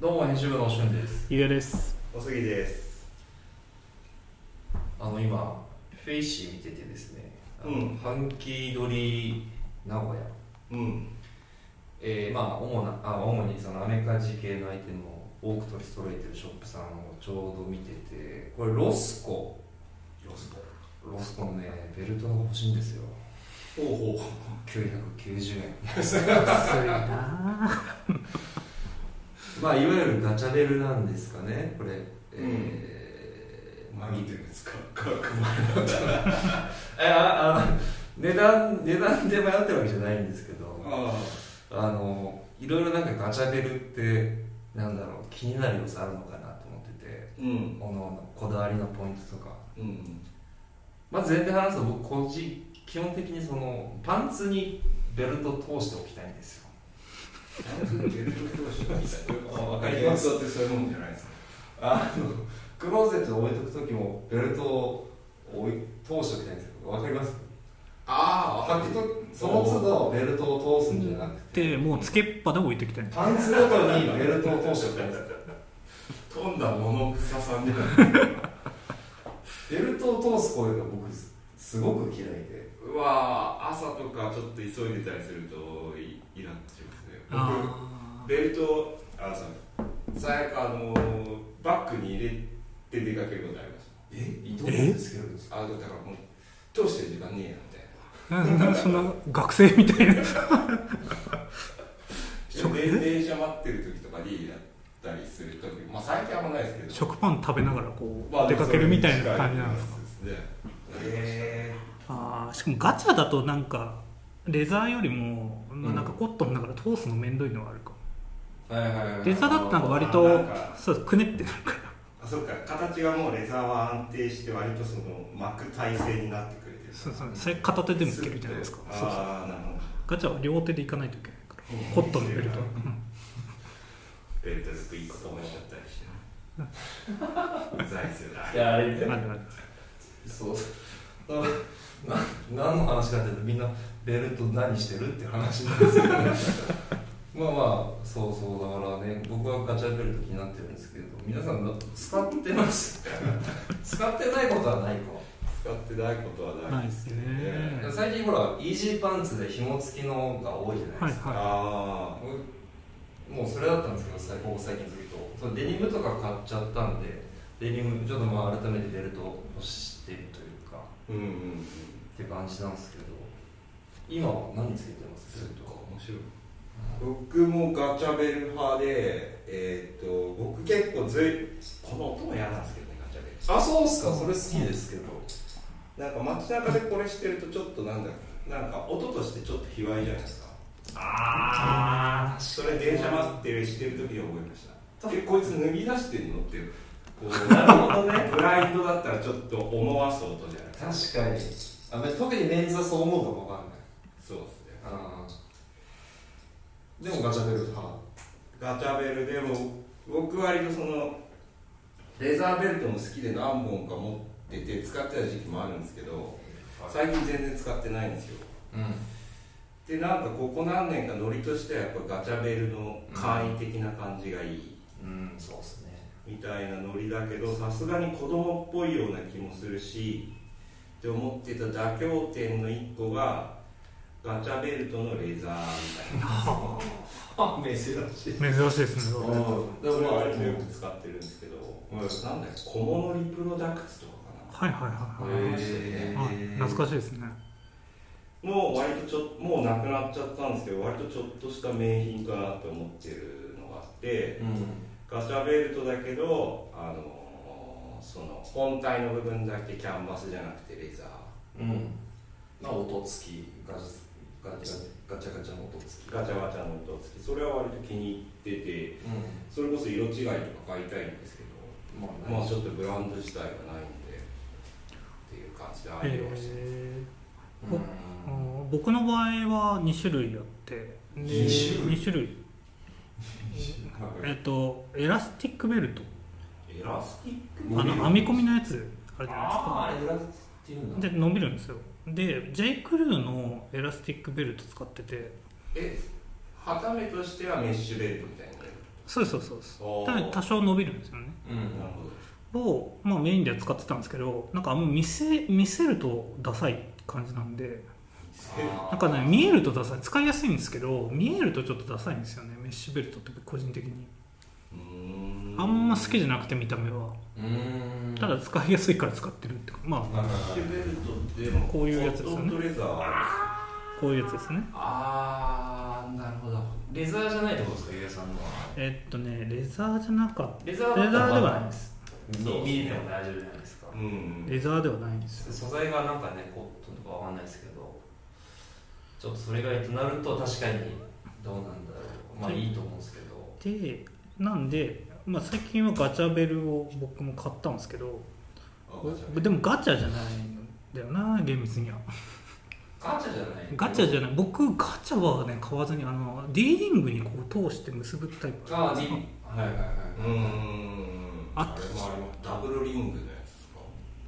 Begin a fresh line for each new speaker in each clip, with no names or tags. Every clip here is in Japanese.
どうも編集部のしゅんです
井出です
おすぎです
あの今フェイシー見ててですねあの、
うん
半期撮り名古屋
うん
えー、まあ主なあ主にそのアメカジ系のアイテムを多く取り揃えてるショップさんをちょうど見ててこれロスコ
ロスコ
ロスコのねベルトが欲しいんですよ
ほうほ
990円
安いな
まあいわゆるガチャベルなんですかねこれえー
う何ていうんですか価格
えああの値段値段で迷ってるわけじゃないんですけど
あ
あのいろいろなんかガチャベルってなんだろう気になる要素あるのかなと思ってて
うん
おのおのこだわりのポイントとか
うん
まず前提話すと僕個人基本的にそのパンツにベルトを通しておきたいんですよ
ベルト教師
わ
わ
か
か
り
り
ま
ますすだってそういうもんじゃないですか
あのクローゼットに置いとく時もベルトを置い通しておきたいんですよわかります
あ
履くとその都度ベルトを通すんじゃな くて
でもうつけっぱで置いてきたん
パンツごとにベルトを通しておきたいんですよ
飛んだものささんでない
ベルトを通す声が僕すごく嫌いで
うわ朝とかちょっと急いでたりするといイラッとしますね僕
あ
ベルトあのそう最悪あのバッグに入れて出かけることありまし
えどうやってつけるんですか
たあだからもう通してる時間ねえなみたい
ー
な
なんかそんな学生みたいな 食
で電車待ってる時とかにやったりする時まあ最近あんまないですけど
食パン食べながらこ
まあ
う出かけるみたいな感じなんですか
そういう近いですね
え
あーしかもガチャだとなんかレザーよりも、まあ、なんかコットンだから通すのめんどいのはあるかも、
ーはいはいはい
レザーだったら割
あ
と
なんか
そうくねってなるから
あそっか形がもうレザーは安定して割とその巻く体勢になってくれてる
そうそうそれ片手でもいけるじゃないですかそうそう
ああなるほど
ガチャは両手でいかないといけないからコットンのベルトは
ベルトループいいこと思いちゃったり してねうざいっすよね
いやあれ
うんあるある
そうあな何の話かっていうとみんなベルト何してるって話なんですけどまあまあそうそうだからね僕はガチャベルト気になってるんですけど皆さんな使ってます使ってないことはないか
使ってないことはない、
ないですね
ね
最近ほらイージーパンツで紐付きのが多いじゃない
はい
ですか、
は
あ
もうそれだったんですけど最ここ最近ずっとそのデニムとか買っちゃったんでデニムちょっとまあ改めてベルトをしてるというか
あうんうんうん
って感じなんですけど今は何つけてます
そっか面白い
あ
僕もガチャベル派でえーっと僕結構ずいこの音も嫌なんですけどねガチャベル
そうっすかそれ好きですけど
なんか街中でこれしてるとちょっとなんだなんか音としてちょっと卑猥じゃないですか
ああ
それ電車待ってるしてる時に覚えましたえこいつ脱ぎ出してんのっていうこう
なるほどね
ブラインドだったらちょっと思わす音じゃない
確かにあまあ特にメンズはそう思うかもわかんない
そうですね
あーでもガチャベル派
ガチャベルでも僕割とそのレザーベルトも好きで何本か持ってて使ってた時期もあるんですけど最近全然使ってないんですよ
うん
でなんかここ何年かノリとしてはやっぱガチャベルの簡易的な感じがいい
うんそうっすね
みたいなノリだけどさすがに子供っぽいような気もするしって思ってた妥協点の一個がガチャベルトのレザーみたいな
あ珍しい
い珍しいですね
でもまあ割とよく使ってるんですけど、なんだっけ小物リプロダクツとかか
はいはいはいはい
へ
あ
ー
懐かしいですね
なの割とちょもうなくなっちゃったんですけど割とちょっとした名品かなと思ってるのがあって
うん
ガチャベルトだけどあのーその本体の部分だけキャンバスじゃなくてレザー
うんまあ音付きガチャガチャガチャガチャの音付き
ガチャガチャの音付きそれは割と気に入ってて
う
それこそ色違いとか買いたいんですけど
んまあ
まあちょっとブランド自体がないんでっていう感じで愛用して
え
うん
ーあー僕の場合は2種類あってで
二種類
二種類えっとエラスティックベルト
エラスティック
あの編み込みのやつあるじゃないですか
あーあれ裏っていうんだ
で伸びるんですよで J. クルーのエラスティックベルト使ってて
えはためとしてはメッシュベルトみたいな
そうですそうですそうです
おー
多分多少伸びるんですよね
うん
なるほど
を、まあ、メインでは使ってたんですけどなんかあんま見せ見せるとダサい感じなんでなんかね見えるとダサい使いやすいんですけど見えるとちょっとダサいんですよねメッシュベルトって個人的に
うー
あんま好きじゃなくて見た目は
うん
ただ使いやすいから使ってるってかまあ
はいはい
メッシュ
はい
ベルトでも
こういうやつですよね
コットンとレザーあ
こういうやつですね
あーなるほどレザーじゃないってことですかゆうやさんのは
えっとねレザーじゃなかっ
レザ
た
ーだ
レ
っ
ザ
たら
ー
ま
で
あ
はないです
そう
見えても大丈夫じゃないですか
るうん
レザーではないんですよ
素材がなんかねコットンとかわかんないですけどちょっとそれぐらいとなると確かにどうなんだろうまあいいと思うんですけど
でなんで、まあ、最近はガチャベルを僕も買ったんですけど
あガチャ
でもガチャじゃないんだよな厳密には
ガチャじゃない
ガチャじゃない僕ガチャはね買わずにあの D リングにこう通して結ぶタイプ
ああ
るんですか
はいはいは
うーん
あ
あれもあれもダブルリングのやつですか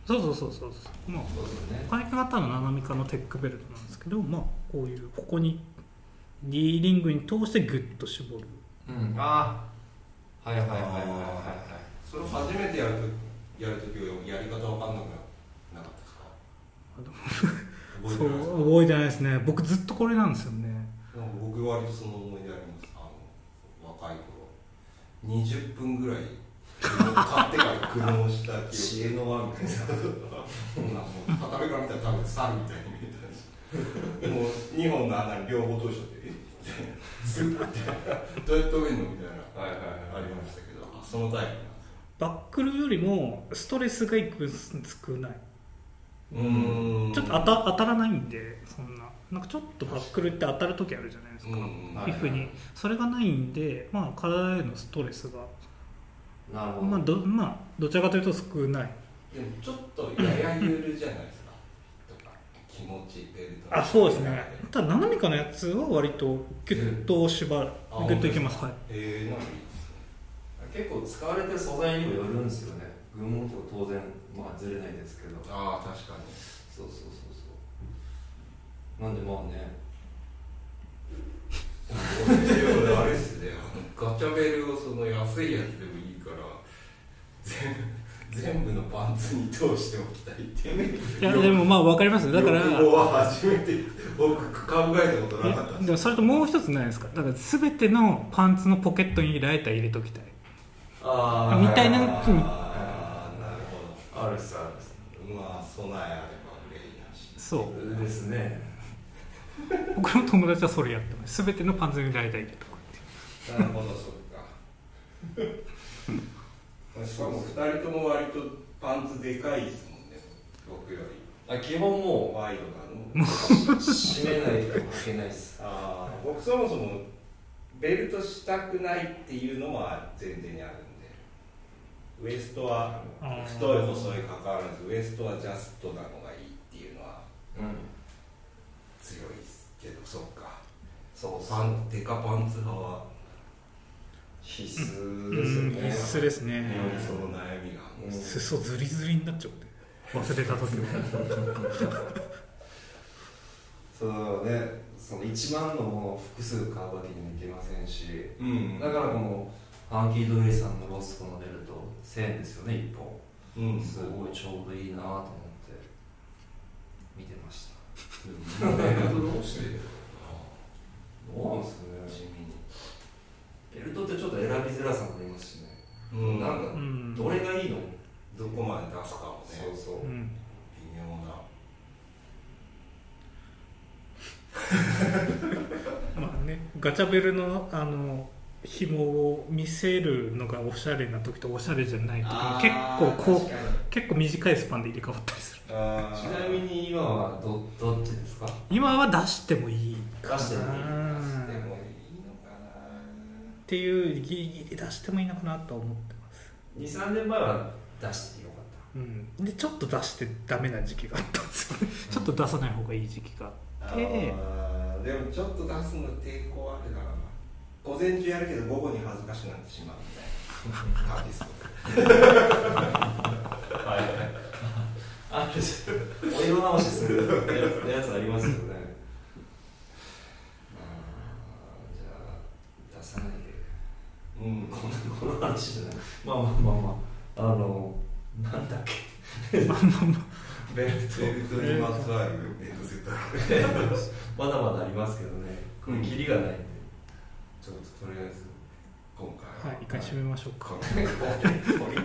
そうそうそうそうそうまあ
そうですね
買い方のナナミカのテックベルトなんですけどまあこういうここに D リングに通してグッと絞る
いうん
ああはいはいはいはいはいはい
それ初めてやるとやるときはやり方わかんなくなかったですか
そう覚
覚えてないですか
えてないですね僕ずっとこれなんですよね
なんか僕割とその思い出ありますあの若い頃20分ぐらい買ってから苦悩した記
知恵の輪みたいな
憶がもう傍目から見たら多分猿みたいに見えたしもう2本の穴に両方通しちゃってえっすぐってどうやって埋めんのみたいな
はいはい
ありましたけどあそのタイプなんです
バックルよりもストレスがいくつ少ない
ようん
ちょっと当た当たらないんでそんななんかちょっとバックルって当たる時あるじゃないですか、
うん
はい
皮膚にそれがないんで、まあ、体へのストレスが、
なるほど、
まあどまあ、どちらかというと少ない
でもちょっとややゆるじゃないですかとか気持ちベルトの
あそうですねただ斜めかのやつは割とギュッと縛る、
うんあ
ギュッといけますはい
えー、なんかいいですね
結構使われてる素材にもよるんですよね群物とか当然まあずれないですけど
ああ確かに
そうそうそうそうなんでまあね
でもあれっすねあのガチャベルをその安いやつでもいいから全全部のパンツに通しておきたいっていう
いやでもまあ分かりますだから
欲望は初めて僕考えたことなかった
で
んです
もそれともう一つないですかだから全てのパンツのポケットにライター入れときたい
あ
みたいな
ああなるほ
あるっすあるっす
どまあ備えあれば憂いなし
そう
ですね
僕の友達はそれやってます全てのパンツにライター入れとくって
なるほどそっ かしかも2人とも割とパンツでかいですもんね僕より
あ基本も
ワイドな
う
の
締めないと履けないっす
あー僕そもそもベルトしたくないっていうのも前提にあるんでウエストは
あー
太い細い関わらずウエストはジャストなのがいいっていうのは
うん
強いですけどそっか
そうそ
パ
う
ンデカパンツ派は
必須
う
ですよ
ん
ね
必須ですね
よりその悩みが
うん
裾ズリズリになっちゃう忘れた時
そうねその1万のものを複数買うわけにもいけませんし
うん
だからこのファンキードレイさんのロスコのベルト1000円ですよね1本
うん
す
すご
ご
い
いちょうどいいなと思って見てました
ベルトどうしてる
どうなんす
の
か
地
ねベルトってちょっと選びづらさもありますしね、
味に
なんか
うん
どれがいいの、
どこまで出すかも
そう
ね
そううん
微妙な
まあねガチャベルのあの紐を見せるのがおしゃれな時とおしゃれじゃない時も結構こう結構短いスパンで入れ替わったりする
あ
ちなみに今はどどっちですか
今は出してもいい
出してもいい
な
ーで
っ
もいいのかな
ていうギリギリ出してもいいのかなとは思ってます、
23年前は出してよかっ
うん、でちょっと出してダメな時期があったんですよね ちょっと出さない方がいい時期が
あ
あって
ーでもちょっと出すの抵抗あるな午前中やるけど午後に恥ずかしくなってしまうみたいな感じです
たはいあるしお色直しするやつやつありますよねあーじゃあ出さないで
うん
話じゃない
まあまあまあまああのなんだっけベル
ベルトにまつわるベルトセット
トまだまだありますけどねこれキリがないん で
ちょっととりあえず今回
はい、一回締めましょうか。
こ
取り留めがないな